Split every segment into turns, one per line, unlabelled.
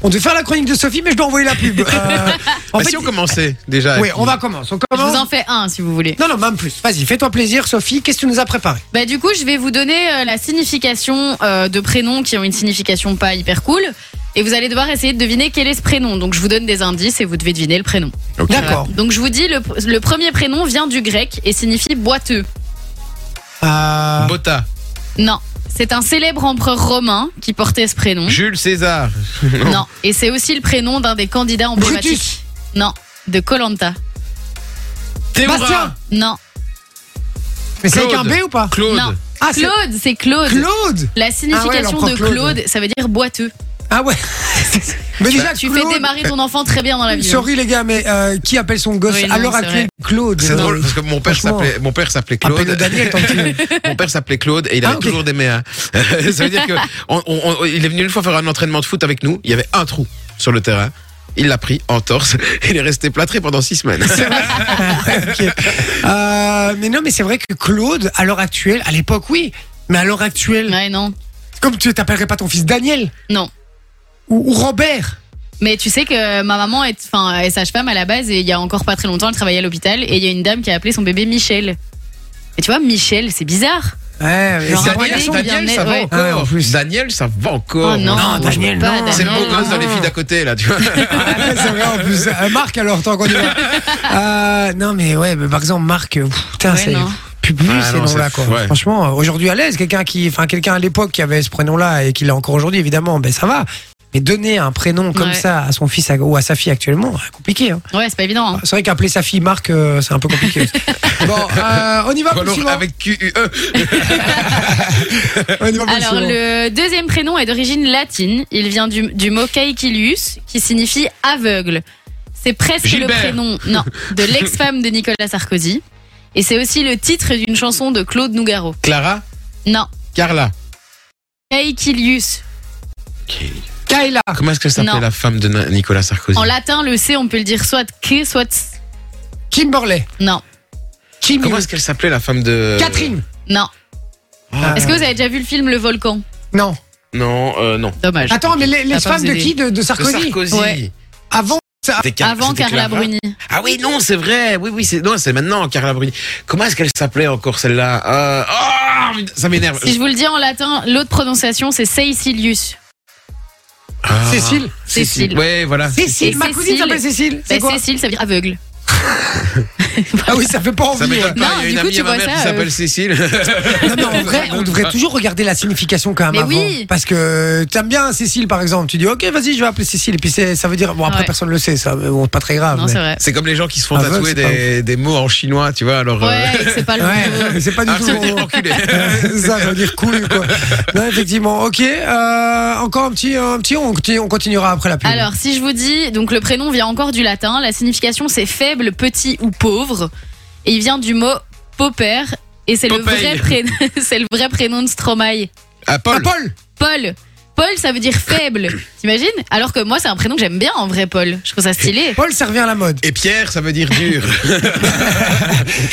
On devait faire la chronique de Sophie, mais je dois envoyer la pub. Euh, en
Bah,
fait,
si on commençait déjà.
oui,
Et
on va commencer. On
Je vous
commence.
en fais un si vous voulez.
Non, non, même plus. Vas-y, fais-toi plaisir, Sophie. Qu'est-ce que tu nous as préparé
Bah du coup, je vais vous donner euh, la signification euh, de prénoms qui ont une signification pas hyper cool. Et vous allez devoir essayer de deviner quel est ce prénom. Donc je vous donne des indices et vous devez deviner le prénom.
Ok.
D'accord.
Donc je vous dis, le, le premier prénom vient du grec et signifie boiteux.
Euh,
Botta,
Non, c'est un célèbre empereur romain qui portait ce
Hmm
prénom.
Jules César,
Non, et c'est aussi le prénom d'un des candidats
Brutus.
emblématiques. Non, de Colanta.
Théora,
Bastien.
Non,
Mais c'est avec un
Claude.
B ou pas
Claude,
non.
Ah, c'est-
Claude, c'est Claude.
Claude Ah
La signification
l'empereur
de
Claude.
Claude, ça veut dire boiteux.
Ah ouais. mais déjà,
Tu
Claude,
fais démarrer ton enfant très bien dans la vie. hein.
Sorry les gars, mais euh, qui appelle son gosse
Oui,
à
non,
l'heure
c'est
actuelle Claude
C'est
euh,
drôle parce que mon père
franchement.
s'appelait mon père s'appelait
Appelle-le
Claude.
Daniel tant qu'il veut.
Mon père s'appelait Claude et il
Ah,
avait
ok.
toujours des méas. ça veut dire que on- on- on- il est venu une fois faire un entraînement de foot avec nous. Il y avait un trou sur le terrain. Il l'a pris en torse. et Il est resté plâtré pendant six semaines.
Ok. Euh, mais non, mais c'est vrai que Claude, à l'heure actuelle, à l'époque, oui. Mais à l'heure actuelle,
Ouais, non.
comme tu t'appellerais pas ton fils Daniel
Non.
ou, ou Robert.
Mais tu sais que ma maman est, enfin, est sage-femme à la base et il y a encore pas très longtemps, elle travaillait à l'hôpital et il y a une dame qui a appelé son bébé Michel. Et tu vois, Michel, c'est bizarre.
Ouais,
Genre,
c'est un
un
vrai
bébé
garçon.
qui vient
ça
de naître,
va
ouais.
encore.
Ouais, Ah, en plus.
Daniel, ça va encore.
Oh non,
non,
je
Daniel,
veux pas,
non.
C'est le
Daniel,
beau gosse dans les
non.
filles d'à côté, là, tu vois.
Ouais, Ah, c'est vrai en plus. Euh, Marc, alors, tant qu'on y va. Euh, non, mais ouais, mais par exemple, Marc, euh, pff, putain,
Ouais,
c'est.
non.
Plus, plus
Ouais,
ces
non,
noms-là,
c'est-
quoi.
ouais.
Franchement, euh, aujourd'hui à l'aise, quelqu'un qui, enfin, quelqu'un à l'époque qui avait ce prénom-là et qui l'a encore aujourd'hui, évidemment, ben ça va. Mais donner un prénom comme
Ouais.
ça à son fils ou à sa fille actuellement, c'est compliqué. hein.
Ouais, c'est pas évident. hein.
C'est vrai qu'appeler sa fille Marc, euh, c'est un peu compliqué. bon, euh, on y va pour
Ou
le
alors
suivant.
avec E. QUE.
On y va pour le
Alors,
suivant.
le deuxième prénom est d'origine latine. Il vient du, du mot caecilius, qui signifie aveugle. C'est presque
Gilbert.
le prénom non, de l'ex-femme de Nicolas Sarkozy. Et c'est aussi le titre d'une chanson de Claude Nougaro.
Clara,
Non,
Carla.
caecilius.
Kayla.
Comment est-ce que s'appelait
Non.
la femme de Na- Nicolas Sarkozy
En latin, le C, on peut le dire soit que, soit. ts.
Kimberley.
Non,
Kim.
Comment Euh, est-ce qu'elle s'appelait la femme de.
Catherine.
non.
Ah.
Est-ce que vous avez déjà vu le film Le Volcan
Non.
Non, euh, non.
Dommage.
Attends, mais les, les
Attends,
femmes
vous
de
avez-
qui de, de
De
Sarkozy.
Sarkozy.
Ouais.
Avant. ça-
C'était Car-
Avant
c'était
Carla Bruni.
Ah oui, non, c'est vrai. Oui, oui, c'est non, c'est maintenant Carla Bruni. Comment est-ce qu'elle s'appelait encore celle-là Euh, ah, Ça m'énerve.
Si je vous le dis en latin, l'autre prononciation, c'est Caecilius.
Ah.
Cécile.
Cécile.
Ouais, voilà.
Cécile. Ma cousine
Cécile.
s'appelle Cécile. C'est
Bah,
quoi
Cécile, ça veut dire aveugle.
Ah oui, ça fait pas
Ça
envie.
m'étonne
hein.
pas.
Non,
Il y a une
du coup,
amie
tu
à ma
vois
mère
ça,
qui
euh,
s'appelle Cécile.
Non, mais en vrai, on devrait toujours regarder la signification quand même
Mais
avant.
oui.
Parce que t'aimes bien Cécile, par exemple. Tu dis, ok, vas-y, je vais appeler Cécile. Et puis c'est- ça veut dire. Bon, après,
Ouais.
personne le sait, ça. mais Bon, c'est pas très grave.
Non,
mais-
c'est vrai.
C'est comme les gens qui se font
Ah,
Aveugle,
tatouer
c'est pas
des, des mots en chinois, tu vois. Alors. euh,
bah, Ouais, c'est pas le bon mot.
Ouais, c'est pas du
Ah,
tout.
ça veut dire enculé.
ça, ça veut dire cool, quoi. Non, effectivement. Ok, euh, encore un petit, un petit, on, continue- on continuera après la pub.
Alors, si je vous dis, donc le prénom vient encore du latin, la signification c'est faible, petit ou pauvre, et il vient du mot pauper, et c'est le,
Popeye.
vrai prénom- c'est le vrai prénom de Stromae.
Ah,
Ah,
Paul.
Paul
Paul. Paul, ça veut dire faible, t'imagines Alors que moi, c'est un prénom que j'aime bien en vrai, Paul. Je trouve ça stylé.
Paul, ça revient à la mode.
Et Pierre, ça veut dire dur.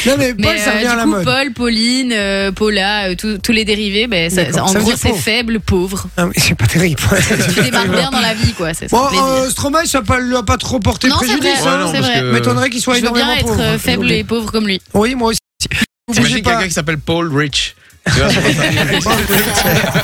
Non, mais Paul,
Mais
ça
euh,
revient
du
à la
coup,
mode.
Paul, Pauline, euh, Paula, euh, tous- tous les dérivés, ben, ça-
D'accord.
en
Ça veut
gros,
dire
c'est
pauvre.
faible, pauvre.
Ah, mais c'est pas terrible.
Tu démarres bien dans la vie, quoi. c'est- ça
Bon,
fait plaisir.
euh, Stromae, ça pas- lui a pas trop porté
Non, c'est
préjudice.
vrai,
hein.
non, c'est
parce
vrai.
que-
M'étonnerait qu'il soit
Je veux
énormément
bien être
pauvre. hein,
euh, faible et pauvre comme lui.
Oui, moi aussi. Bougez
T'imagines
pas.
quelqu'un qui s'appelle Paul Rich. Tu vois, c'est pas